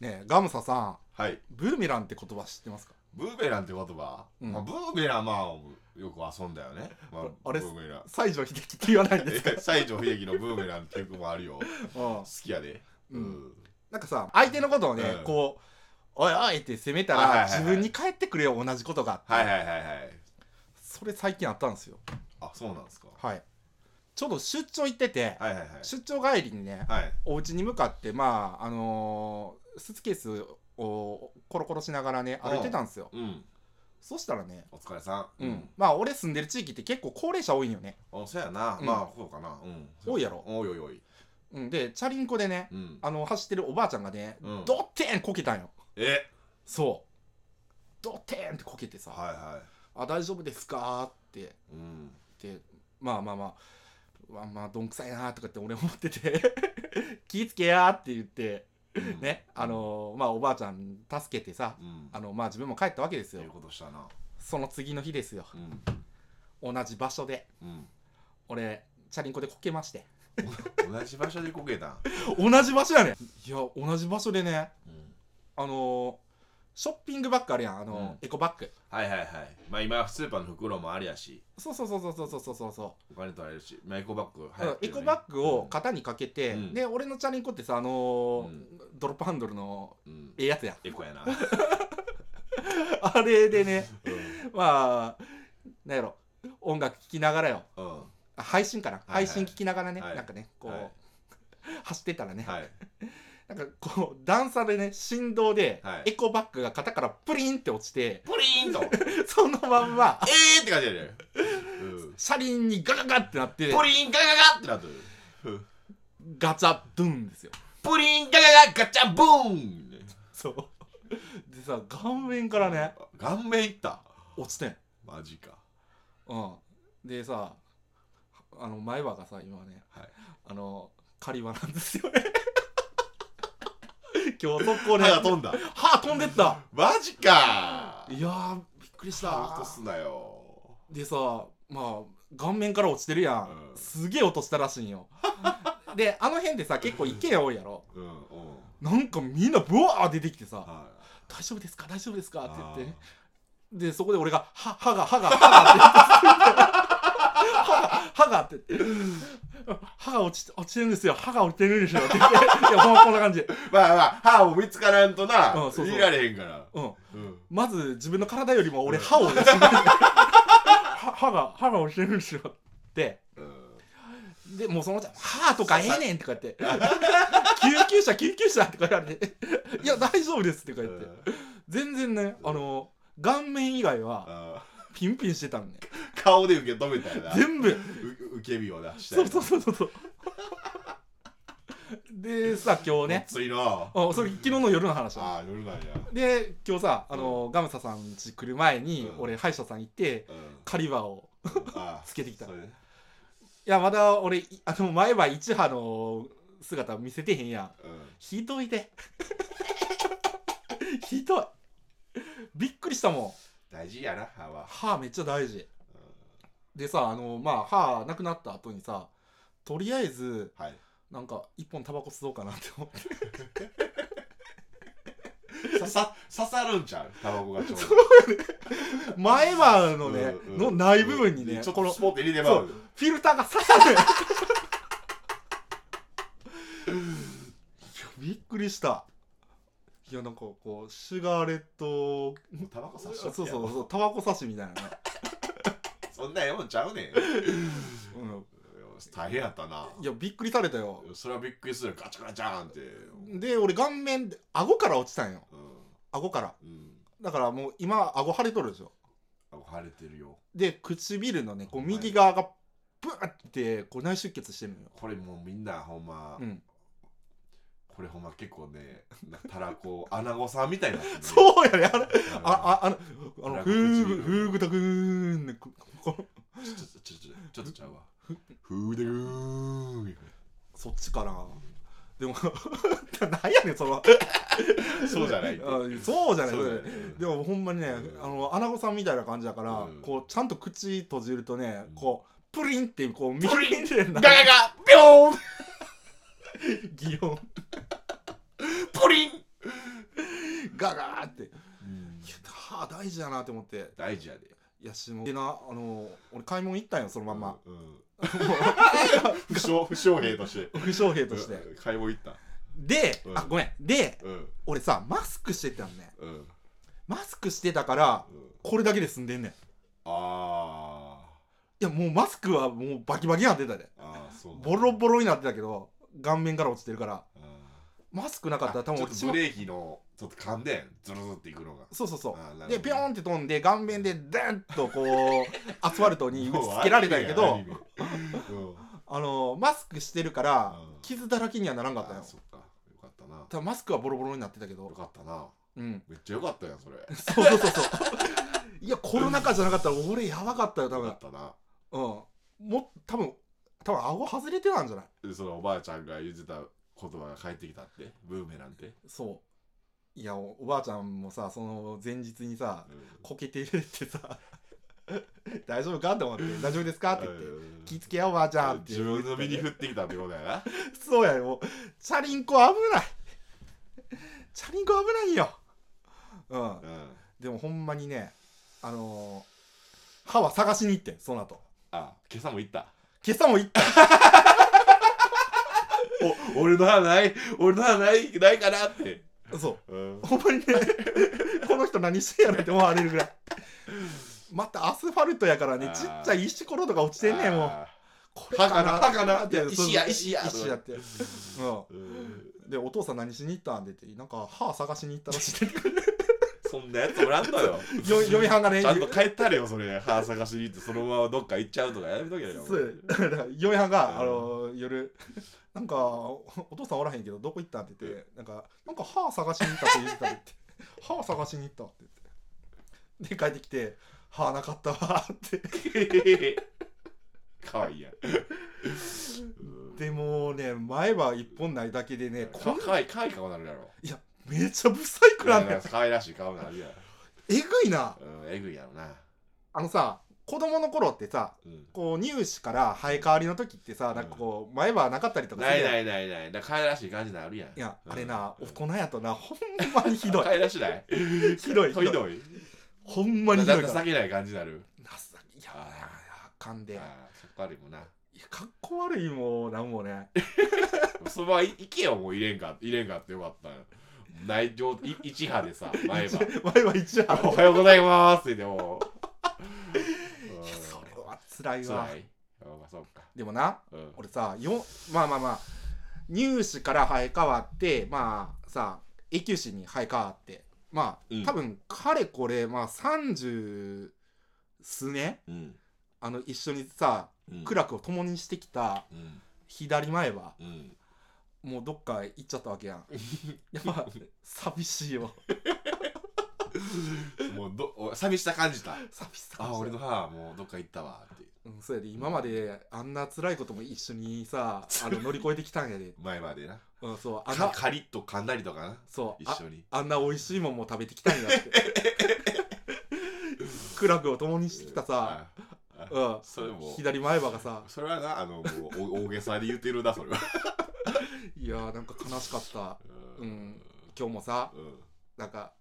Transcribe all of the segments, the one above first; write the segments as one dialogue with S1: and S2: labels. S1: ねえガムサさん
S2: はい
S1: ブーメランって言葉知ってますか
S2: ブーメランって言葉、
S1: うん
S2: まあ、ブーメランまあよく遊んだよね、まあ、
S1: あれ
S2: ブーメラン
S1: 西城秀樹って言わないん ですか
S2: 西城秀樹のブーメランって曲もあるよ
S1: うん
S2: 好きやで
S1: うんなんかさ相手のことをね、
S2: うん
S1: こう「おいおい」って責めたら、
S2: はいはいはい
S1: 自分に返ってくれよ同じことがって、
S2: はいはいはいはい
S1: それ最近あったんですよ
S2: あそうなんですか
S1: はいちょうど出張行ってて、
S2: はいはいはい
S1: 出張帰りにね
S2: はい
S1: お家に向かってまああのースーツケースをコロコロしながらね
S2: うん
S1: 歩いてたんですよ、
S2: うん
S1: そしたらね
S2: お疲れさん
S1: うん、まあ俺住んでる地域って結構高齢者多いんよね、
S2: あそうやな、
S1: うん
S2: まあそうかなうん
S1: 多いやろ
S2: おいおいおい
S1: うん、でチャリンコでね
S2: うん
S1: あの走ってるおばあちゃんがね、
S2: うん
S1: ドッテンこけたんよ
S2: え
S1: そうドッテンってこけてさ、
S2: はいは
S1: あ大丈夫ですかって
S2: いうん
S1: 言ってまあまあまあうわまあどんくさいなとかって俺思ってて 気ぃつけやって言って
S2: うん
S1: ねあのーまあおばあちゃん助けてさ
S2: うん
S1: あのまあ自分も帰ったわけですよ
S2: ええことしたな
S1: その次の日ですよ
S2: うん
S1: 同じ場所で
S2: うん
S1: 俺チャリンコでこけまして
S2: 同じ場所でこけたん
S1: 同じ場所やねいや同じ場所でね
S2: うん
S1: あのーショッピングバッグあるやんあのー
S2: うん
S1: エコバッグ
S2: はいはいはいまあ今スーパーの袋もありやし
S1: そうそうそうそうそうそうそうそう
S2: お金取られるし、まあ、エコバッグ
S1: うんエコバッグを肩にかけて、
S2: うん
S1: で俺のチャリンコってさあのー
S2: うん
S1: ドロップハンドルの
S2: うんうん
S1: ええやつやん
S2: エコ やな、
S1: あれでね
S2: う
S1: まあなんやろ音楽聴きながらよ
S2: んうん、
S1: あ配信かな、
S2: はいは
S1: 配
S2: い
S1: 信聞きながらね、
S2: はい
S1: なんかねこう、
S2: は
S1: 走ってたらね、
S2: はい
S1: なんかこう段差でね振動で、
S2: はい
S1: エコバッグが肩からプリンって落ちて
S2: ポリーンとえ
S1: そのまんま
S2: ーって感じやね、うん、
S1: 車輪にガガガってなって
S2: ポリーンガガガってなってるうん
S1: ガチャドゥンですよ
S2: ポリーンガガガガチャブーン
S1: そうでさ顔面からね
S2: 顔面いった
S1: 落ちてん
S2: マジか
S1: うん、でさあの前歯がさ今ね、
S2: はい
S1: あの狩り歯なんですよね 今日速攻で
S2: 歯が飛んだ
S1: 歯飛んでった
S2: マジか
S1: いやーびっくりし
S2: 落
S1: た
S2: とすなよ
S1: でさまあ顔面から落ちてるやん、
S2: うん
S1: すげえ落としたらしいん よであの辺でさ結構池多いやろ
S2: うんうん
S1: なんかみんなブワー出てきてさ
S2: は
S1: 「大丈夫ですか大丈夫ですか?」
S2: い
S1: って言ってね
S2: あー
S1: でそこで俺が「歯歯が歯が歯が」って言って歯が歯がって 言って歯が落ちて落ちてるんですよ歯が落ちてるんですよって言っていやほんまこんな感じ、
S2: まあまあ歯を見つからんとな
S1: うんそうそう
S2: いられへんから
S1: うん、
S2: うん
S1: まず自分の体よりも俺
S2: うん
S1: 歯を落ちてる歯歯が歯が落ちてるんですよって
S2: うん
S1: でもうそのうち「歯とかええねん」とか言って「救急車救急車」とか言われて「いや大丈夫です」とか言って全然ねあの顔面以外は
S2: あ
S1: ピンピンしてたんね
S2: ー顔で受け止めたよな
S1: 全部
S2: う受け身を出した
S1: そうそうそうそうそう。 でさ今日ね、
S2: ついなあ
S1: あそれ昨日の夜の話だ。
S2: あ夜なんや
S1: で今日さあの、ガムサさん家来る前に、
S2: うん
S1: 俺歯医者さん行って
S2: うん
S1: 狩り歯を
S2: あ
S1: つけてきた。い
S2: それね
S1: やまだ俺い あの前歯一歯の姿見せてへんやん。
S2: うん
S1: ひどい で。ひどい。びっくりしたもん。
S2: 大事やな歯は
S1: 歯めっちゃ大事。
S2: うん
S1: でさあのまあ歯なくなった後にさとりあえず
S2: はい
S1: なんか一本タバコ吸おうかなって思って。
S2: 刺さ刺さるんちゃうタバコがちょうど
S1: 前歯のね、
S2: うん
S1: のない部分にね、
S2: ちょっ
S1: この
S2: とス
S1: フ
S2: ポッて入れてまう
S1: ィルターが刺さ るびっくりしたいやなんかこうシュガーレット
S2: もうタバコ刺しちゃ
S1: そう
S2: って
S1: そう
S2: やろ
S1: そうタバコ刺しみたいなね、
S2: そんなええもんちゃうねん
S1: う、
S2: 大変やったなん
S1: いやびっくりされたよ
S2: それはびっくりするガチャガチャーンって
S1: で俺顔面顎から落ちたんよ
S2: う
S1: 顎から
S2: んうん
S1: だからもう今顎腫れとるでしょ
S2: あ腫れてるよ
S1: で唇のねこう右側がブーってこう内出血してるのよ、
S2: これもうみんなほんま
S1: うん、
S2: これほんま結構ねなんかたらこ 穴子さんみたいになってる
S1: そうやねあれ
S2: うん
S1: あ、あ、あの、あの、
S2: 裏
S1: ふ
S2: 口
S1: ーぐ、ふーぐたぐーんね、ここの、
S2: ちょちょちょちょちょっとちゃうわ。ふうでぐーん。
S1: そっちかな。でも、 なんやねん、そ の、
S2: そうじゃないって。
S1: あそうじゃない。
S2: そうじゃない
S1: でも、ほんまにね
S2: う、ん
S1: あの、アナゴさんみたいな感じだから
S2: うん、
S1: こう、ちゃんと口閉じるとね
S2: うん、
S1: こう、プリンって、こう、見えてん
S2: ガ
S1: だ。
S2: ガガピョーン
S1: 擬音。
S2: ポリン
S1: ガガーっていや
S2: うん
S1: 歯大事だなって思って
S2: 大事やで
S1: いやしもでなあの俺買い物行ったんよそのまんま、
S2: うんうん
S1: も
S2: 不祥不祥兵として
S1: う不祥 兵として
S2: うん買い物行った
S1: で、
S2: うん
S1: あごめんで
S2: うん
S1: 俺さマスクしてたんね
S2: うん
S1: マスクしてたから
S2: うん
S1: これだけで済んでんねんい
S2: あー
S1: やもうマスクはもうバキバキになってたで
S2: あーそうなんだ
S1: ボロボロになってたけど顔面から落ちてるから
S2: あ
S1: マスクな
S2: ー
S1: かったら多分
S2: ちょっ
S1: 落ち
S2: とブレーキのちょっと噛んでんズルズルっていくのが
S1: そうそうそう
S2: あーなる
S1: で
S2: ほど
S1: ピョーンって飛んで顔面でダンとこうアスファルト に打ちつけられたんやけ
S2: ア
S1: ど
S2: ニメやアニメうん
S1: あのマスクしてるから
S2: うん
S1: 傷だらけにはならんかった
S2: あ
S1: よ
S2: ーそっかよかったな
S1: ただマスクはボロボロになってたけ
S2: よ
S1: ど
S2: かったな
S1: うん
S2: めっちゃよかったやんそれ
S1: そうそうそうそういやコロナ禍じゃなかったら俺やばかったよ多
S2: よか
S1: 分
S2: ったな
S1: うんもっ多分多分顎外れてたんじゃない
S2: でそのおばあちゃんが言ってた言葉が返ってきたってブーメランって、
S1: そういやおおばあちゃんもさその前日にさ
S2: うん
S1: こけてるってさ 大丈夫かって思って「大丈夫ですか?」って言って
S2: うん
S1: 「気ぃつけよおばあちゃん」って
S2: 自分の身に降ってきたってことやな
S1: そうやよもうチャリンコ危ないチャリンコ危ないようん
S2: うん
S1: でもほんまにねあのー、歯は探しに行ってんその後
S2: あ今朝も行った
S1: 今朝も行った
S2: お俺の歯ない俺の歯ないないかなって、
S1: そう
S2: うん、
S1: ほんまにね この人何してんやろって思われるぐらいまたアスファルトやからね
S2: あー
S1: ちっちゃい石ころとか落ちてんねんもう
S2: あ
S1: こ
S2: ー歯かな歯かなっ
S1: い
S2: て
S1: そう
S2: 石や石や
S1: 石やってう
S2: うん
S1: んでお父さん何しに行ったんでってなんか歯探しに行ったら しいって
S2: そんなやつおらんのよ
S1: よ嫁はんがね
S2: ちゃんと帰ったれよそれ歯探しに行ってそのままどっか行っちゃうとかやめとけよ
S1: そうだから嫁はんが、
S2: うん
S1: あの夜なんかおお父さんおらへんけどどこ行ったんって言ってなんかなんか歯探しに行ったって言ってたって 言って歯探しに行ったって言ってで帰ってきて歯なかったわって
S2: かわいいやん
S1: でもうね前歯一本ないだけでねこ
S2: か
S1: ん
S2: かわいいかわいい顔なるやろ
S1: いやめっちゃ不細工なんだよ
S2: かわいらしい顔なるやん
S1: えぐいな
S2: うんえぐいやろな
S1: あのさ子供の頃ってさ
S2: うん
S1: こう乳歯から生え変わりの時ってさなんかこう前歯なかったりとか
S2: ない
S1: い
S2: ないないないだからかわいらしい感じになるやん
S1: いやあれな
S2: うん
S1: 大人やとなほんまに ひどい
S2: かわいらしない
S1: ひどい
S2: ひどい
S1: ほんま
S2: だ
S1: に
S2: ん
S1: ひどい
S2: だん
S1: から。
S2: 情けない感じになる
S1: なさいや
S2: あー
S1: あかんで。いや
S2: あーかっこ悪いもんな
S1: かっこ悪いもんなんもね。
S2: そのままい行けよもう入れんか入れんかってよかったよ内情い一波でさ 前歯
S1: 前は一
S2: お
S1: 応。
S2: はようございますってでも
S1: いやそれは辛い
S2: つ
S1: わ
S2: ら。いあまあそうか
S1: でもな、
S2: うん
S1: 俺さ、よまあまあまあ、乳歯から生え変わって、まあさ、永久歯に生え変わって、まあ、
S2: うん
S1: 多分かれこれ、まあ30数年、
S2: うん
S1: あの一緒にさ、
S2: うん
S1: 苦楽を共にしてきた
S2: うん
S1: 左前は、
S2: うん
S1: もうどっか行っちゃったわけ やん。やっぱ、寂しいよ。
S2: もうどお寂しさ感じた
S1: 寂しさかもしれん。
S2: あ俺の歯もうどっか行ったわって
S1: うん、そうやで今まであんな辛いことも一緒にさあの乗り越えてきたんや で、
S2: 前までな
S1: うん、そうあん
S2: か
S1: な
S2: カリッと噛んだりとかな
S1: そうあ
S2: 一緒に
S1: あんな美味しいもんも食べてきたんやって 苦楽を共にしてきたさ、
S2: ああ
S1: うん、
S2: それも
S1: 左前歯がさ
S2: それはなあのもうお大げさで言ってるなそれは
S1: いやーなんか悲しかった
S2: う
S1: うん今日もさ
S2: うんうん
S1: なんか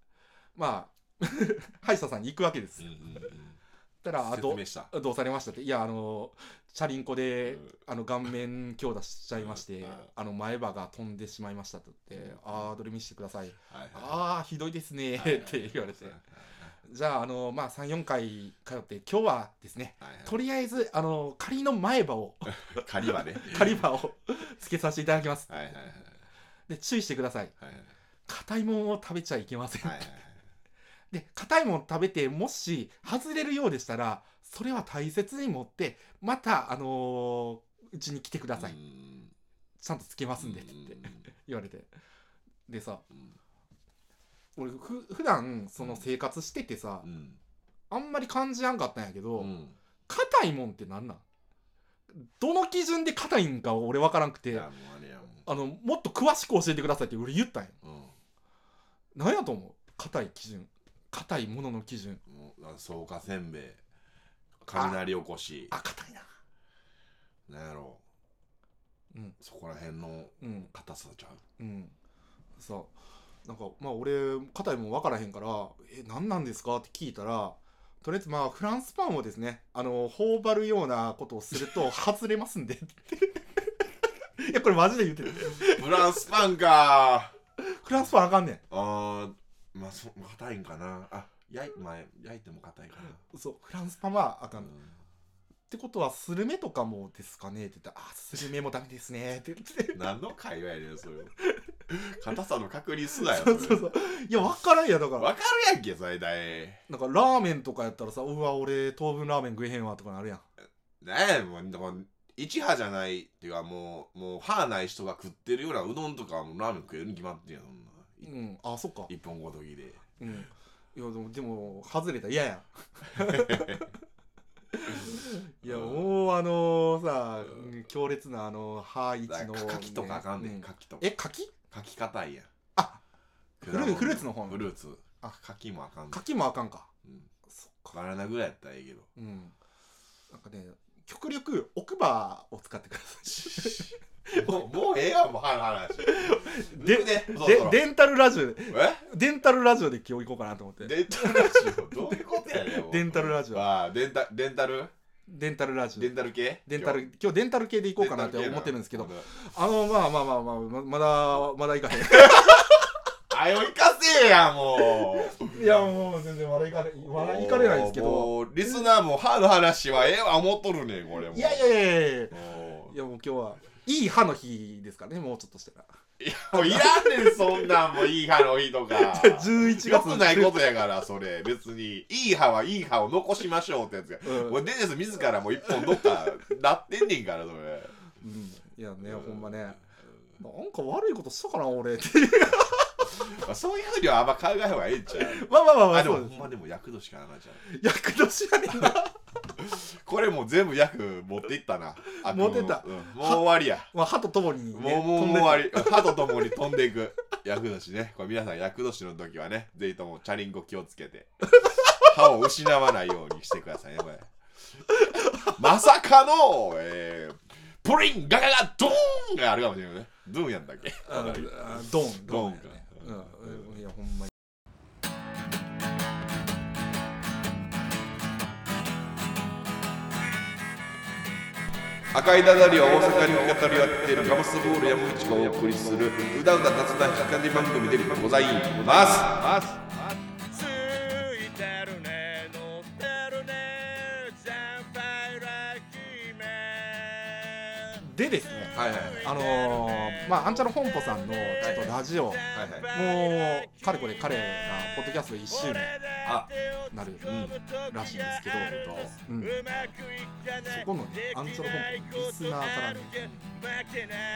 S1: まあ 歯医者さんに行くわけです
S2: う
S1: よ、
S2: ん
S1: たらあ
S2: 説
S1: と
S2: 明した
S1: どうされましたっていやあのチャリンコで、
S2: うん
S1: あの顔面強打しちゃいまして、
S2: うんうん
S1: あの前歯が飛んでしまいましたと言って、
S2: うん
S1: ああどれ見せてください
S2: はいはい
S1: ああひどいですね
S2: はいはい
S1: って言われて
S2: はい
S1: じゃああのまあ34回通って今日はですね
S2: はいはい
S1: とりあえずあの仮の前歯を
S2: 狩りはね
S1: 仮歯を つけさせていただきます
S2: はいはいはい
S1: で注意してください
S2: はいはい
S1: 硬いもんを食べちゃいけません、
S2: はいはい
S1: で硬いもん食べてもし外れるようでしたらそれは大切に持ってまたあのーうちに来てください、
S2: うん
S1: ちゃんとつけますんでって言って言われてでさ
S2: うん
S1: 俺ふ普段その生活しててさ、
S2: うん
S1: あんまり感じやんかったんやけど、
S2: うん
S1: 硬いもんってなんなんどの基準で硬いんか俺分からんく
S2: い
S1: て
S2: やも
S1: あ
S2: うあれやも
S1: のもっと詳しく教えてくださいって俺言ったんや
S2: ううん
S1: 何やと思う硬い基準硬いものの基準
S2: もうあの草加せんべい雷おこし
S1: あ硬いな
S2: なんやろ
S1: うん
S2: そこら辺の
S1: うん
S2: 硬さちゃう
S1: うんそうなんかまあ俺硬いもん分からへんから「え何なんですか?」って聞いたらとりあえずまあフランスパンをですねあの頬張るようなことをすると外れますんで いやこれマジで言ってる
S2: フランスパンか
S1: フランスパンあかんね
S2: あーまあそ硬いんかなあやい、まあ、焼いても硬いか
S1: んそうフランスパンはあか
S2: な、
S1: ん、
S2: う
S1: っ
S2: ん
S1: てことはスルメとかもですかねって言ったら「あスルメもダメですね」って言って
S2: 何の会話やねんそれ硬さの確認すなよ
S1: そうそうそういや分からんやだか
S2: 分
S1: ら
S2: かるやんけそれだい
S1: なんかラーメンとかやったらさ「うわ俺当分ラーメン食えへんわ」とかなるやん
S2: ねえもうだから一派じゃないっていうかもうもう歯ない人が食ってるようなうどんとかはもうラーメン食えるに決まってんやんそん
S1: う
S2: ない
S1: んあそっか
S2: 一本ごときで
S1: うんいやでもでも外れたら嫌やんいやもうあのさ、
S2: うん
S1: 強烈なあの歯一
S2: だ
S1: の、
S2: から柿とかあかんねん
S1: う
S2: 柿とか
S1: え柿
S2: 柿硬いやん
S1: あ
S2: フ
S1: フルフルーツの方ね
S2: フルーツ
S1: あ
S2: 柿もあかんねん
S1: 柿もあかんか
S2: うん
S1: そっか
S2: バナナぐらいやったらええけど
S1: うんなんかね極力奥歯を使ってくだ さ
S2: もうもうええやんもう歯の話
S1: で
S2: 抜く でそ
S1: い
S2: ろそ
S1: で
S2: ろ
S1: デンタルラジオで
S2: え
S1: デンタルラジオで今日行こうかなと思って
S2: デンタルラジオどういうことやねんもう
S1: デンタルラジオ
S2: ああデンタデンタル
S1: デンタルラジ
S2: デ
S1: オ
S2: ンタル系
S1: デンタル今日デンタル系で行こうかなって思ってるんですけど
S2: デンタル系
S1: あのまあまあまあまあままだまだ行かへん
S2: なあよ行かせえやもう
S1: いやもう全然笑いかれ笑いかれないですけど
S2: もうリスナーも歯の話はええわ思っとるねんこれも
S1: いやいやいやいやいや
S2: も
S1: いやもう今日はいい歯の日ですからねもうちょっと したら
S2: ういやもういらんねんそんなんもういい歯の日 とか
S1: 11月
S2: よくないことやからそれ 別にいい歯はいい歯を残しましょうってやつや
S1: うん
S2: もうデニス自らもう一本どっかなってんねんからそれ
S1: うんいやね
S2: うん
S1: ほんまねなんか悪いことしたかな俺って
S2: まあそういうふうにはあんま考えんほうがええんち ゃう
S1: まあまあまあま
S2: あ
S1: あ
S2: で
S1: そ
S2: も
S1: う
S2: ほ
S1: で
S2: んまでも厄年かなじゃ
S1: す役年やねんな
S2: あこれもう全部厄持っていったな悪運
S1: 持ってった
S2: うんもう終わりや
S1: まあ歯とともにね
S2: もうもう
S1: 飛ん
S2: もう
S1: で
S2: 終わり歯とともに飛んでいく厄年ねこれ皆さん厄年の時はねぜひともチャリンコ気をつけて歯を失わないようにしてくださいねこれまさかの、えープリンガガガドーンがあるかもしれないねドゥーンやったっけ
S1: ああドン
S2: ド
S1: やね
S2: ンドンか
S1: うんいやほんまに
S2: 赤いダダリは大阪に語り合っているガムスボール山口がお送りするうだうだ雑談光り番組でございます
S3: ついてるね乗ってるね全敗ラッキーメン
S1: でですね
S2: はいはい
S1: あのーまあアンチャル本舗さんのちょっとラジオも
S2: はいはいはいう
S1: かれこれ彼がポッドキャスト1周年
S2: あ
S1: なる、らしいんですけど、うん、そこのねアンチョロ本舗のリスナーからね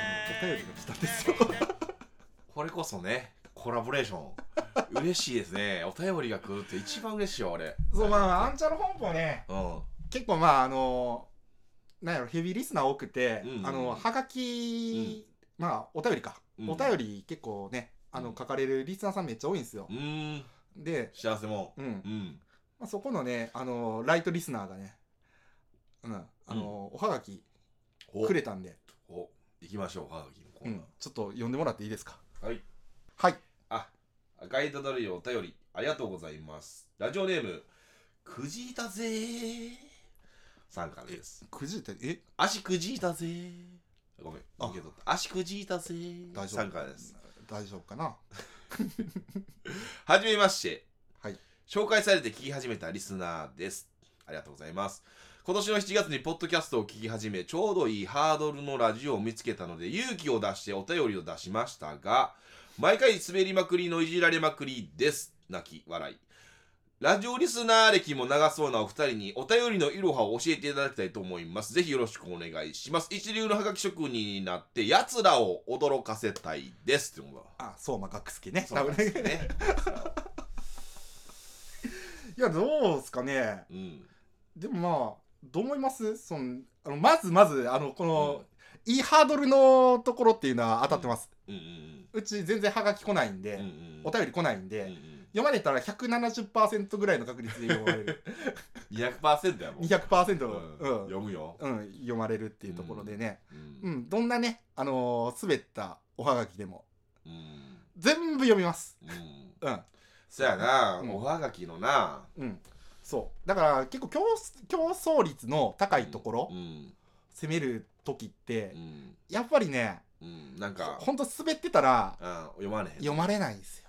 S1: あのお便りが来たんですよ
S2: これこそねコラボレーション嬉しいですねお便りが来るって一番嬉しいよ俺
S1: そうまあアンチャル本舗ね
S2: うん
S1: 結構まああのなんやろヘビーリスナー多くて、
S2: うんうん
S1: あのはがき、まあお便りか、
S2: うん
S1: お便り結構ねあ
S2: う
S1: の
S2: ん
S1: 書かれるリスナーさんめっちゃ多いんですよ
S2: う、ーん
S1: で、
S2: 幸せも
S1: うん
S2: んうん
S1: まあ、そこのねあのライトリスナーがね、うん、あの、おはがき
S2: お
S1: くれたんで、
S2: お行きましょうはがきのコ
S1: う
S2: ーナ
S1: ん、ちょっと読んでもらっていいですか
S2: ーはい
S1: はい
S2: あ赤いダダリお便りありがとうございますラジオネームくじいたぜーさんからです
S1: くじってえ
S2: 足くじいたぜーごめん
S1: あ
S2: 受け取った足くじいたぜー
S1: 大丈夫
S2: さんからです
S1: 大丈夫かな
S2: はじめまして。
S1: はい
S2: 紹介されて聞き始めたリスナーです。ありがとうございます。今年の7月にポッドキャストを聞き始め、ちょうどいいハードルのラジオを見つけたので、勇気を出してお便りを出しましたが、毎回滑りまくりのいじられまくりです。泣き笑い。ラジオリスナー歴も長そうなお二人にお便りのいろはを教えていただきたいと思います。ぜひよろしくお願いします。一流のハガキ職人になって、奴らを驚かせたいです。ってこと
S1: あそうまあ学助ね
S2: だそうなんです
S1: 多分
S2: よ
S1: ね
S2: ね。
S1: いやどうですかね
S2: うん。
S1: でもまあどう思いますそのあのまずまずあのこの
S2: う、
S1: いいハードルのところっていうのは当たってます、
S2: うんうん
S1: うち全然ハガキ来ないんで、
S2: うんうんうん
S1: お便り来ないんで、
S2: うんうん
S1: 読まれたら170%ぐらいの確率で読まれる
S2: 200%やもん
S1: 200%、
S2: う
S1: うんん
S2: 読むよ、
S1: うん、読まれるっていうところでね、
S2: う
S1: うんん、どんなね、あのー滑ったおはがきでも、
S2: うん
S1: 全部読みます
S2: うん
S1: うん
S2: そやな、
S1: うん
S2: おはがきのな
S1: うんそうだから結構競競争率の高いところ、
S2: うん
S1: 攻める時って
S2: うん
S1: やっぱりね
S2: うんなんか、
S1: ほんと滑ってたら
S2: うん、読まれへん
S1: 読まれないんですよ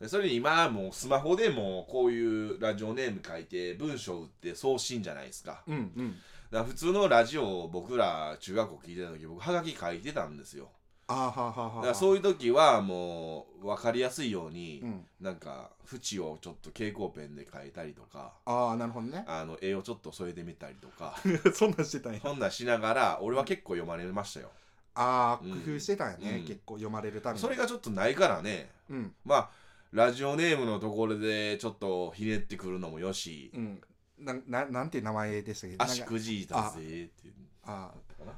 S2: でそれに今もうスマホでもうこういうラジオネーム書いて文章打って送信じゃないですか
S1: うんうん
S2: だから普通のラジオを僕ら中学校聞いてた時僕はがき書いてたんですよ
S1: あーはーはーはー
S2: だ
S1: は
S2: からそう
S1: い
S2: いう時はもう分かりやすいように、
S1: うん、
S2: なんか縁をちょっと蛍光ペンで書いたりとか
S1: ああなるほどね
S2: あの絵をちょっと添えてみたり とか
S1: そんなんしてたんや
S2: そんなんしながら俺は結構読まれましたよ
S1: ああ
S2: うん
S1: 工夫してたんやね、
S2: うん
S1: 結構読まれるために
S2: それがちょっとないからね
S1: うん
S2: まあラジオネームのところでちょっとひねってくるのもよし
S1: うんなななんて名前でしたっけなんか
S2: 足くじいたぜーっていう
S1: あ
S2: かな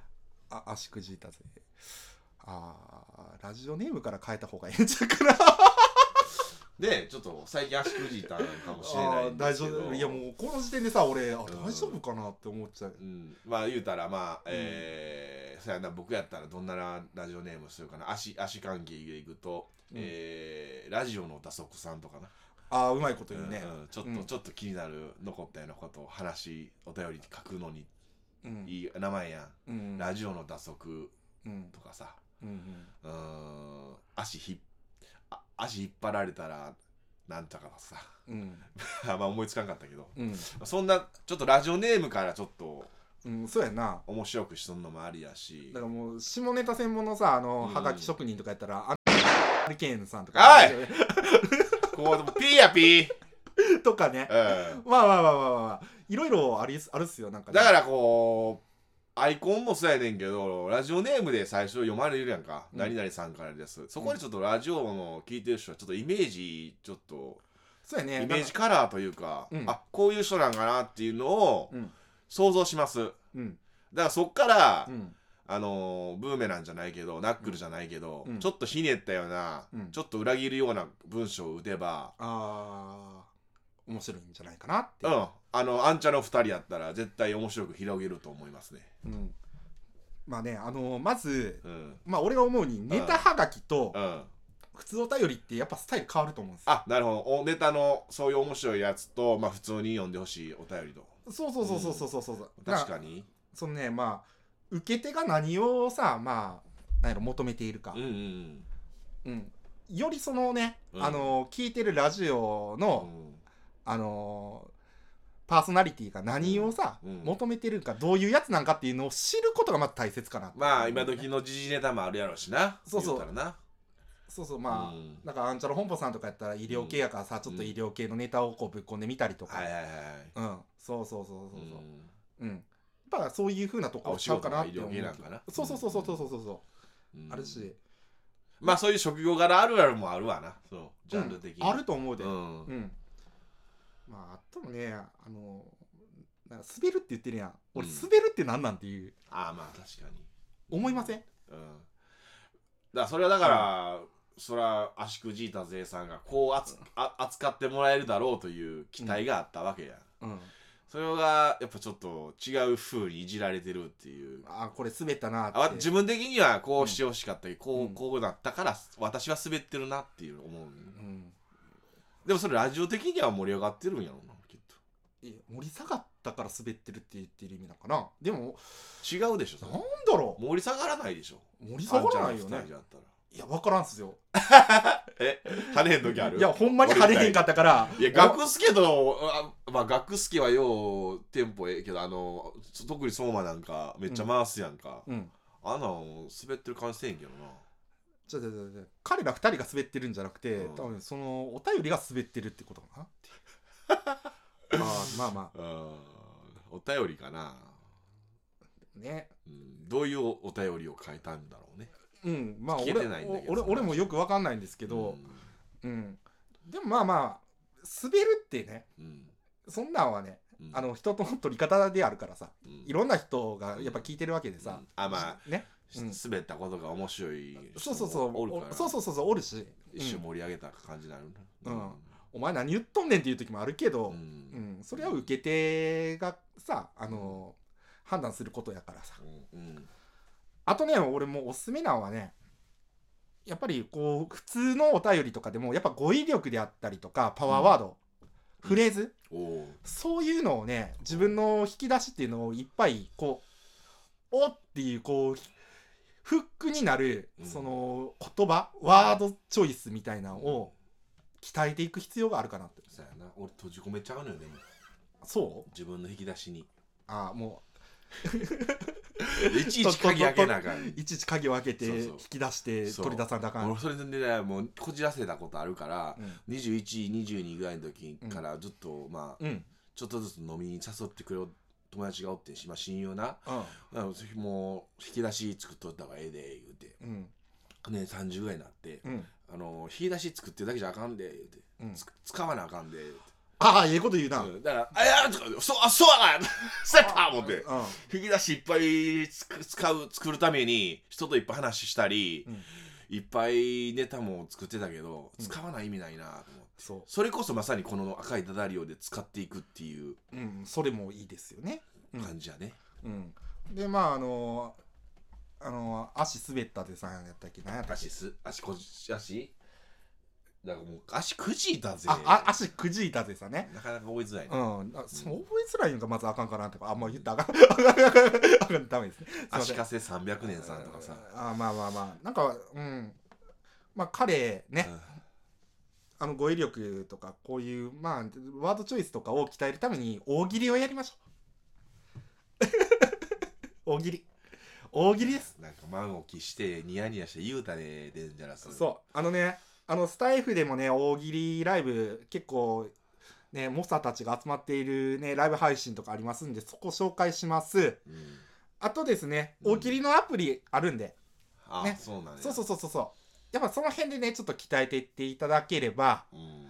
S1: ああ足くじいたぜああラジオネームから変えた方がいいんちゃうかな
S2: でちょっと最近足くじいたんかもしれないん
S1: あー
S2: で
S1: 大
S2: す
S1: 丈
S2: けど
S1: 夫いやもうこの時点でさ俺あ大丈夫かなって思っちゃう、
S2: うん、まあ言うたらまあ、えーそやな僕やったらどんなララジオネームするかな足足関係でいくと、
S1: うん
S2: えーラジオの打足さんとかな、
S1: ああうまいこと言うね
S2: うんうんちょっと、
S1: うん
S2: ちょっと気になる残ったようなことを話お便り書くのに
S1: うん
S2: いい名前やん、
S1: うん
S2: ラジオの打足
S1: うん
S2: とかさ
S1: うんうん
S2: うーん足ひっあ足引っ張られたらなんとかさ
S1: うん
S2: あんま思いつかんかったけど
S1: うん
S2: そんなちょっとラジオネームからちょっと
S1: うんそうやな
S2: 面白くしとんのもありやし
S1: だからもう下ネタ専門のさあの
S2: うん
S1: はがき職人とかやったらあハリケーンさんと
S2: は
S1: か
S2: いこうでもピーやピー、
S1: とかね
S2: うん、
S1: まあまあまあまあまあいろいろありあるっすよなんかね
S2: だからこうアイコンもそうやねんけどラジオネームで最初読まれるやんか、
S1: うん
S2: 何々さんからですそこでちょっとラジオの聞いてる人はちょっとイメージちょっと
S1: そうや
S2: イ
S1: ね
S2: メージカラーというか、
S1: うん
S2: あこういう人なんかなっていうのを
S1: うん
S2: 想像しますだか
S1: うん
S2: らそっから、
S1: うん
S2: あのーブーメランじゃないけどナックルじゃないけど、
S1: うん
S2: ちょっとひねったような、
S1: うん
S2: ちょっと裏切るような文章を打てば
S1: あー面白いんじゃないかなって
S2: う、んあのあんちゃんの2人やったら絶対面白く広げると思いますね
S1: うんまあねあのまず
S2: うん
S1: まあ俺が思うにネタはがきと
S2: うん
S1: 普通お便りってやっぱスタイル変わると思うんですよ
S2: あなるほどおネタのそういう面白いやつと、まあ、普通に読んでほしいお便りと
S1: そうそうそうそうそうそうそう、だら
S2: 確かに
S1: そのねまあ受け手が何をさまあ何やろ求めているか
S2: うん、うん
S1: うんよりそのね、
S2: うん
S1: あの聞いてるラジオ
S2: う
S1: の、
S2: ん
S1: あのパーソナリティが何をさ、
S2: うんうん
S1: 求めてるかどういうやつなんかっていうのを知ることがまず大切かなって
S2: まあ今時の時事ネタもあるやろうしな
S1: そうそう
S2: 言たらな
S1: そうそうまあ、
S2: うん
S1: なんかあんちゃら本舗さんとかやったら医療系やからさ、ちょっと医療系のネタをこうぶっ込んでみたりとか、
S2: はいはいはい
S1: うんそうそうそうそううそうんうん、やっぱそういうふうなと
S2: あ
S1: こ
S2: お
S1: ろ
S2: 仕
S1: ちゃう
S2: 事
S1: かな
S2: の
S1: っ
S2: 医
S1: て
S2: 療
S1: 思う
S2: 系
S1: けど
S2: なんかな
S1: そうそうそうそうそうそうそう、
S2: うん
S1: あるし、
S2: まあそういう職業柄あるあるもあるわなそうジャンル的に、
S1: うんあると思うで、
S2: うん
S1: うん。まあ、あともね、あの、なんか滑るって言ってるやん。俺、
S2: うん
S1: 滑るって何なんていう、
S2: ああまあ確かに
S1: 思いません
S2: うんだからそれはだから、それは足くじいたぜさんがこうあつあ扱ってもらえるだろうという期待があったわけや、ん
S1: うん。
S2: それがやっぱちょっと違う風にいじられてるっていう
S1: あ、これ滑ったな
S2: あ
S1: って
S2: 自。分的にはこうしてほしかったり、こ
S1: う
S2: うんこうだったから私は滑ってるなっていう思う、
S1: うん。
S2: でもそれラジオ的には盛り上がってるんやろうなきっ
S1: え盛り下がったから滑ってるって言ってる意味なのかなでも、
S2: と違うでしょそ
S1: なん
S2: れ
S1: だろ
S2: 盛り下がらないでしょ
S1: う盛り下がらないよ
S2: あ
S1: ね
S2: んち。ゃんの二人だっ
S1: いや、わからんっすよ。
S2: たらえ跳ねへん時ある
S1: いや、ほんまに跳ねへんかったから。
S2: いや、学助と、あまあ、学助はようテンポええけど、あの、そ特に相馬なんかめっちゃ回すやんか。
S1: うん。
S2: あんなん滑ってる感じせえへんけどな。
S1: ちょちょちょちょ彼ら二人が滑ってるんじゃなくて、
S2: うん
S1: 多分そのお便りが滑ってるってことかなって いうまあまあま
S2: うーんお便りかな、
S1: あね
S2: うん。どういうお便りを書いたんだろうね。
S1: うんまあ
S2: 聞
S1: 俺
S2: けてないんだけ
S1: お
S2: ど
S1: 俺
S2: その話
S1: 俺もよくわかんないんですけど、うんでもまあまあ滑るってね
S2: うん、うん。
S1: そんなんはね、
S2: うん
S1: あ、の人との取り方であるからさ
S2: うん
S1: いろんな人がやっぱ聞いてるわけでさ、
S2: うんあま
S1: ねうん
S2: し滑ったことが面白い人も
S1: そうそうそう
S2: おるから
S1: おそうそうそうそうおるし、
S2: 一瞬
S1: うん
S2: 盛り上げた感じになるな
S1: うんお前何言っとんねんっていう時もあるけど、
S2: ん
S1: うんそれは受け手がさあの判断することやからさ
S2: うんうん
S1: あとね俺もうおすすめなんはねやっぱりこう普通のお便りとかでもやっぱ語彙力であったりとかパワーワード、フレーズ
S2: おお
S1: そういうのをね自分の引き出しっていうのをいっぱいこう「お」っていうこうフックになる
S2: うん
S1: その言葉、ワードチョイスみたいなのを鍛えていく必要があるかなって
S2: そうやな俺閉じ込めちゃうのよねもう
S1: そう
S2: 自分の引き出しに
S1: ああも
S2: いちいち鍵開けなあかん
S1: ういちいち鍵を開けて
S2: そうそう
S1: 引き出して
S2: そう
S1: 取り出さなあかん
S2: 俺それでねもうこじらせたことあるから
S1: うん
S2: 2122ぐらいの時からずっとまあ
S1: うん
S2: ちょっとずつ飲みに誘ってくれる友達がおってしまあ親友な
S1: う
S2: あのもう引き出し作っとった方がええで言うて
S1: んうん
S2: ね30ぐらいになって
S1: うん
S2: あの引き出し作ってるだけじゃあかんで言うて
S1: うん
S2: つ使わなあかんで言うて
S1: ああええこと言うな、
S2: うんだから「あいや!」とかそうあそう やなそうやった思って
S1: うん
S2: 引き出しいっぱいつく使う作るために人といっぱい話したり、
S1: うん
S2: いっぱいネタも作ってたけど
S1: うん
S2: 使わない意味ないなと思って、
S1: そ
S2: それこそまさにこの赤いダダリオで使っていくっていう
S1: う、うん、それもいいですよね。うん
S2: 感じやね、
S1: うん、でまああのあの足滑ったでさんやったっけ何やったっけ
S2: 足す足こじ足だからもう足くじいたぜ
S1: ああ足くじいたでさね。
S2: なかなか覚えづらいな、
S1: うん、あそう覚えづらいのがまずあかんかなとかあんま言ったらあかんあかんあかんあかんダメですね。すいませ
S2: 足
S1: ん
S2: かせ300年さんとかさ、
S1: あまあまあまあなんかうんまあ彼ね、
S2: うん
S1: あの語彙力とかこういうまあワードチョイスとかを鍛えるために大喜利をやりましょう 大喜利大喜利です
S2: なんか満を期してニヤニヤして言うたねデンジャラス
S1: そうあのねあのスタイフでもね大喜利ライブ結構ね猛者たちが集まっているねライブ配信とかありますんでそこ紹介します
S2: う、ん、
S1: あとですね
S2: うん
S1: 大喜利のアプリあるんで、
S2: あ、
S1: ね
S2: そうなんや
S1: そうそうそうそうそうやっぱその辺でねちょっと鍛えていっていただければ
S2: うん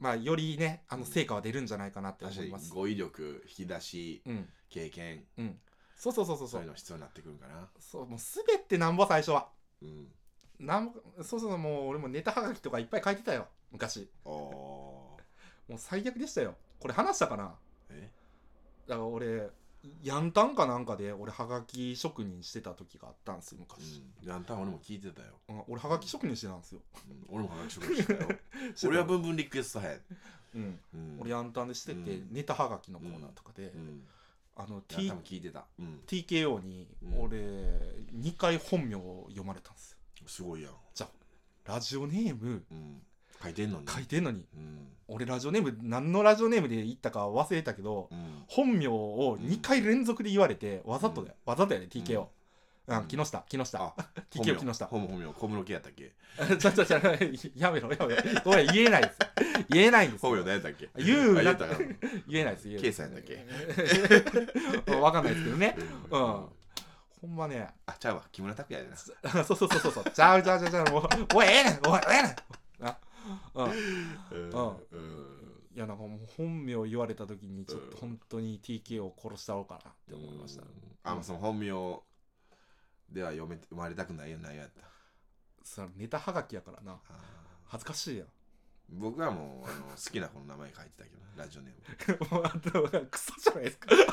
S1: まあよりねあの成果は出るんじゃないかなって
S2: 確
S1: 思
S2: か
S1: い
S2: に
S1: ます
S2: 語彙力引き出し
S1: うん
S2: 経験
S1: そうそうそうそうそ
S2: そういう
S1: う
S2: の必要になってくるんかな
S1: そうもう全てなんぼ最初は
S2: うん
S1: なんぼそうそうそうもう俺もネタはがきとかいっぱい書いてたよ昔
S2: おー
S1: もう最悪でしたよこれ話したかな
S2: え
S1: だから俺ヤンタンかなんかで俺はがき職人してた時があったんですよ昔、
S2: うんあんた俺も聞いてたよ、
S1: うん俺はがき職人してたんですよ、
S2: うん俺も話してた よ俺はブンブンリクエスト派や、
S1: うん、
S2: うん、
S1: 俺ヤンタンでしてて、
S2: うん
S1: ネタはがきのコーナーとかで、
S2: うん
S1: あの、
S2: い
S1: T
S2: や多分聞いてた、うん、
S1: TKO に
S2: うん
S1: 俺2回本名を読まれたんですよ
S2: すごいやん、
S1: ラジオネーム
S2: うん、書いてんのに
S1: 書いてんのに
S2: うん
S1: 俺ラジオネーム何のラジオネームで言ったか忘れたけど
S2: うん
S1: 本名を2回連続で言われて、わざとだよわざとやで TKO、
S2: うん
S1: うん、木下木下
S2: あ
S1: TKO 木下
S2: 本名本名小室圭やったっけ
S1: ちょちょちょ、やめろ、やめろ。ごめん、言えないです。言えないんです。
S2: 本名何やったっけ
S1: 言う
S2: あ言ったから
S1: 言えないです。言えない
S2: 圭さんやったっけ
S1: け わかんないですけどね。
S2: う
S1: うんん。ほんまね。
S2: あちゃうわ木村拓哉やな
S1: そうそうそうそうそう。ちゃうちゃうちゃうちゃう。もう、おい、ええねん、おい、ええねん。なうん、い
S2: うん
S1: うん
S2: うん
S1: やなんかもう本名言われた時にちょっ
S2: うん
S1: と本当に TK を殺したろうかなって思いました
S2: うんあまあその本名では読め生まれたくないよ内容やった
S1: それネタはがきやからな
S2: あー
S1: 恥ずかしいやん
S2: 僕はもうあの好きな子の名前書いてたけどラジオネーム
S1: もうあとクソじゃないですか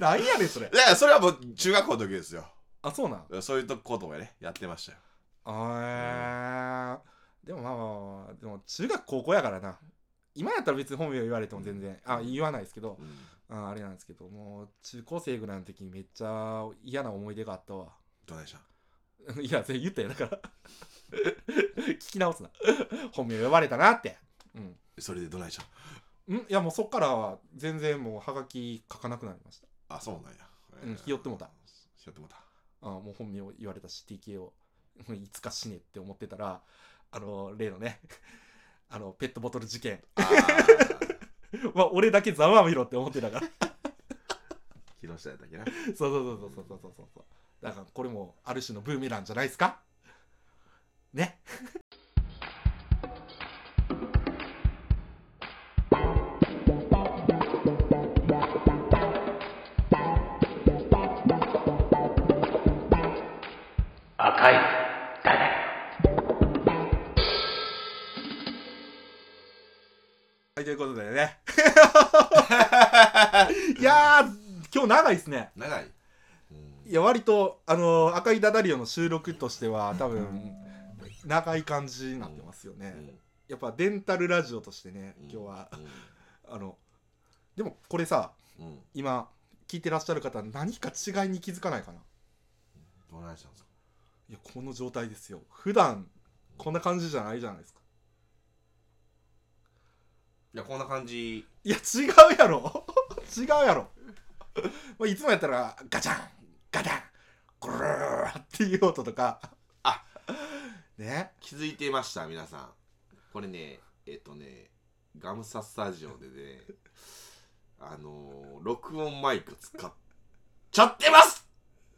S1: なんやねんそれ
S2: いやそれはもう中学校の時ですよ
S1: あそうなん
S2: そういうとことかねやってましたよ
S1: あーでもまあまあまあでも中学高校やからな今やったら別に本名言われても全然あ言わないですけど
S2: うん
S1: ああれなんですけどもう中高生ぐらいの時にめっちゃ嫌な思い出があったわ
S2: どないした
S1: いやそれ言ったよだから 聞き直すな本名呼ばれたなってうん
S2: それでどないした
S1: んいやもうそっからは全然もうはがき書かなくなりました
S2: あそうなんや
S1: うんひよってもうた
S2: ひよってもうた
S1: あもう本名言われたし TK を もういつか死ねって思ってたらあの例のね あのペットボトル事件
S2: あ ー
S1: まあ、俺だけざまみろって思ってたから
S2: 木下やったっけな
S1: そうそうそうそうそうそうそうそうだからこれもある種のブーメランじゃないですかね
S4: 赤いダダ
S1: はいということでね いやー今日長いですね
S2: 長いうん
S1: いや割とあの赤いダダリオの収録としては多分長い感じになってますよね、やっぱデンタルラジオとしてね今日は、あのでもこれさ
S2: うんうん
S1: 今聞いてらっしゃる方何か違いに気づかないかな
S2: どないしたんですか
S1: いやこの状態ですよ普段こんな感じじゃないじゃないですか
S2: いやこんな感じ
S1: いや違うやろ 違うやろまあいつもやったらガチャンガタンゴロロロロロっていう音とか
S2: あ
S1: ね
S2: 気づいてました皆さんこれねえっとねガムサスタジオでねあのー、録音マイク使っちゃってます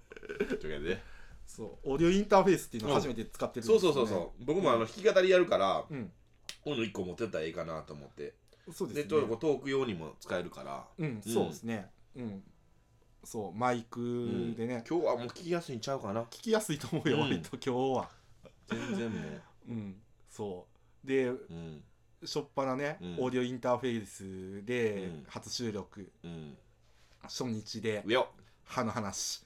S2: というわけでね
S1: そうオーディオインターフェースっていうのを初めて使ってるんです
S2: そ
S1: よ
S2: う
S1: ね
S2: そうそうそう僕もあの弾き語りやるからこ
S1: うん
S2: ういうの1個持ってったらええかなと思って
S1: そう
S2: で
S1: です
S2: ちょっとこ
S1: ね
S2: うトーク用にも使えるから
S1: うんそうですねうんそうマイクでね
S2: 今日はもう聞きやすいんちゃうかな
S1: 聞きやすいと思うよ
S2: うん
S1: 割と今日は
S2: 全然も
S1: うんそうで
S2: ううん
S1: 初っ端ね
S2: うん
S1: オーディオインターフェースで
S2: うん
S1: 初収録
S2: うん
S1: 初日で
S2: いや
S1: 歯の話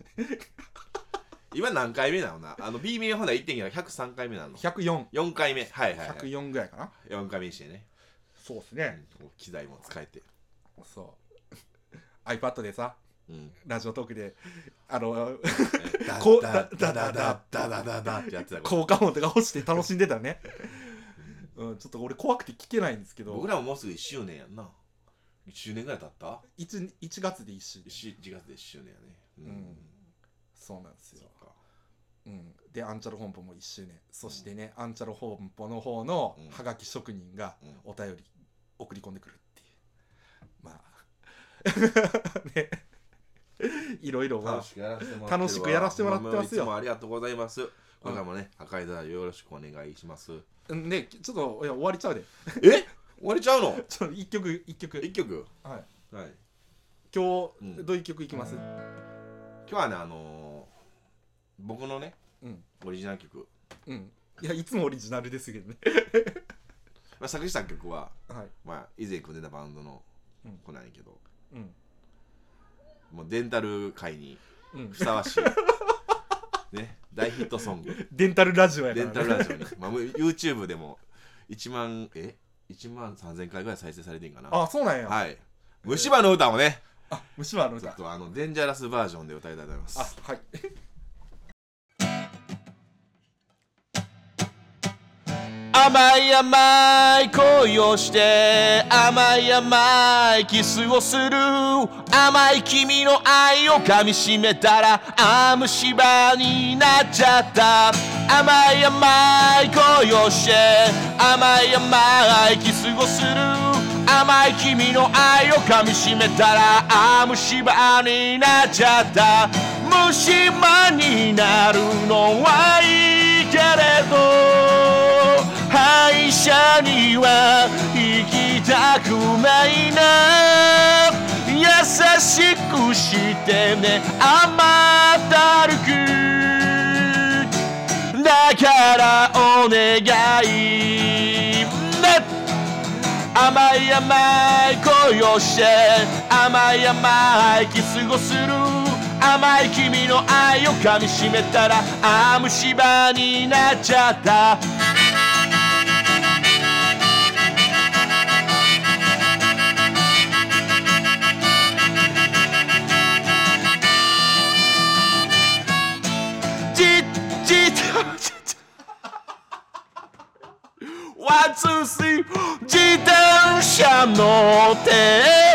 S2: 今何回目なのなあの B 面ほな1.9は103回目なの
S1: 104
S2: 4回目はいはい、はい、
S1: 104ぐらいかな
S2: 4回目にしてね
S1: そうです
S2: う
S1: ね
S2: んこう機材も使えて
S1: そう iPad でさ
S2: うん
S1: ラジオトークであのこ
S2: こ
S1: う
S2: うだ
S1: だだだ
S2: だだだだだだだってやってたこ
S1: 効果音とか欲して楽しんでた ねうんちょっと俺怖くて聞けないんですけ
S2: と
S1: ど
S2: 僕らももうすぐ1周年やんな1周年ぐらい経った
S1: 1, 1月で1週
S2: 1, 1月で1周年やねうん、
S1: うんそうなんです
S2: そ
S1: よ
S2: っ、か
S1: うん、でアンチャロ本舗も1周年そしてね、アンチャロ本舗の方の
S2: うん
S1: はがき職人が
S2: うん
S1: お便り送り込んでくるっていうまあ ねいろいろまあ
S2: 楽しくやらせてもらってる
S1: 楽しくやらせてもらっ
S2: わ
S1: てますよ
S2: いつもありがとうございますこれからもね赤いだよろしくお願いします
S1: うんねちょっといや終わりちゃうで
S2: え終わりちゃうの
S1: ちょっと1曲1曲
S2: 1曲
S1: はい
S2: はい
S1: 今日、
S2: うん
S1: どういう曲いきます
S2: 今日はねあのー僕のね
S1: うん
S2: オリジナル曲
S1: うんいやいつもオリジナルですけどね
S2: まあ作詞した曲は
S1: はい
S2: まあ以前組んでたバンドの
S1: うん
S2: 子なんやけど
S1: うん
S2: もうデンタル界に
S1: うん
S2: ふさわしいね大ヒットソング
S1: デンタルラジオやか
S2: レ
S1: ら、ね、
S2: ンタルラジオに、まあ、もう YouTube でも1万え1万3000回ぐらい再生されてんかな
S1: あそうなんや、
S2: はい虫歯の歌をね
S1: あ虫歯の
S2: ちょ
S1: 歌
S2: っとあのデンジャラスバージョンで歌いたいと思います
S1: あはい
S3: 甘い甘い恋をして甘い甘いキスをする甘い君の愛を噛みしめたらあー虫歯になっちゃった甘い甘い恋をして甘い甘いキスをする甘い君の愛を噛みしめたらあー虫歯になっちゃった虫歯になるのはいいけれど歯医者には行きたくないな優しくしてね甘ったるくだからお願いね甘い甘い恋をして甘い甘いキスをする甘い君の愛を噛みしめたらああ虫歯になっちゃったじじじワンツースリー自転車乗って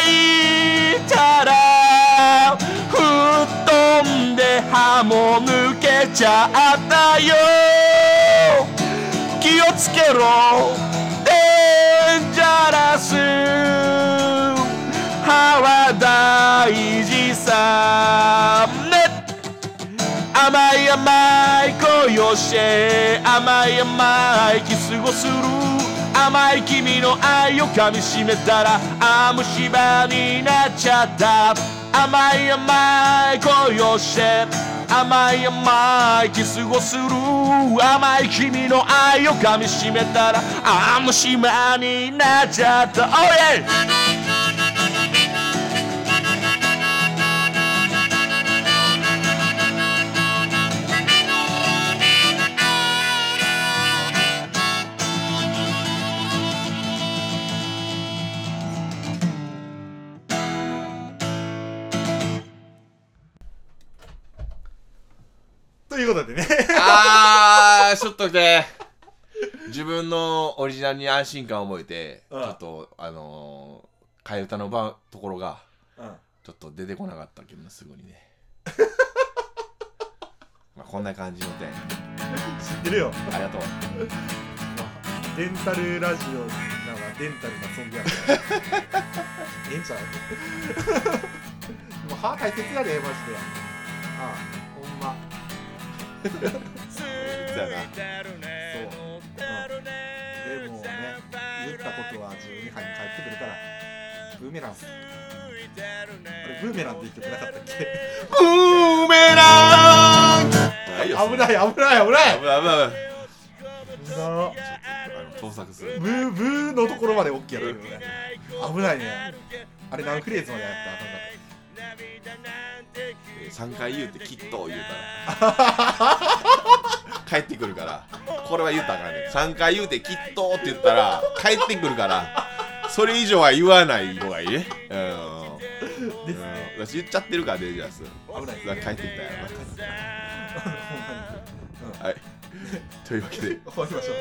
S3: いたら吹っ飛んで歯も抜けちゃったよ気をつけろデンジャラス歯は大事さね甘い甘い恋をして甘い甘いキスをする甘い君の愛を噛みしめたらああ虫歯になっちゃった甘い甘い恋をして甘い甘いキスをする甘い君の愛を噛みしめたらああ虫歯になっちゃった Oh yeah!
S2: 「
S1: ということでね
S2: あー、ちょっとね、自分のオリジナルに安心感を覚えて、ち
S1: う
S2: ょ
S1: ん
S2: っと、あのー、替え歌のばところが、
S1: うん
S2: ちょっと出てこなかったけどね、すぐ にね。まあこんな感じので、
S1: 知ってるよ
S2: ありがとう。
S1: デンタルラジオならデンタルなそんでや からええんちゃうでも歯大切やでマジでああほんま
S2: そうやな。
S1: そう、うん、でもね言ったことは自由に歯に返ってくるからブーメランすあれブーメランって言ってなかったっけ
S2: ブーメラン危
S1: 危ない危ない危ない
S2: 危ない危ない
S1: な
S2: あの盗作する。
S1: ブーブーのところまで OK やったけどね危ないねあれ何フレーズまでやったらあかんかった
S2: 3回言うてきっと言うたら帰ってくるからこれは言うたらあかんね3回言うてきっとって言ったら帰ってくるからそれ以上は言わない方がいいねうん、うん、私言っちゃってるからデイジャース
S1: 危ない
S2: だから帰ってきたやろはいというわけではい
S1: 終わりましょう。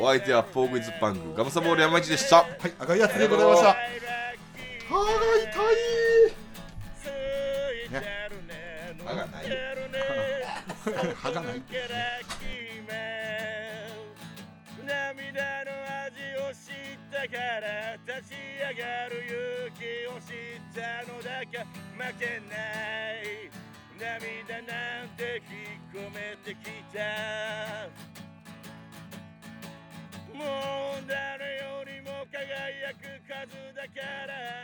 S2: お相手はポークイズパンクガムサボール山内でした
S1: はい、赤いやつでございました。はーい、痛
S2: 歯がない
S1: い。 歯がない。
S3: 涙の味を知ったから立ち上がる勇気を知ったのだか負けない涙なんて引っ込めてきたもう誰よりも輝く数だから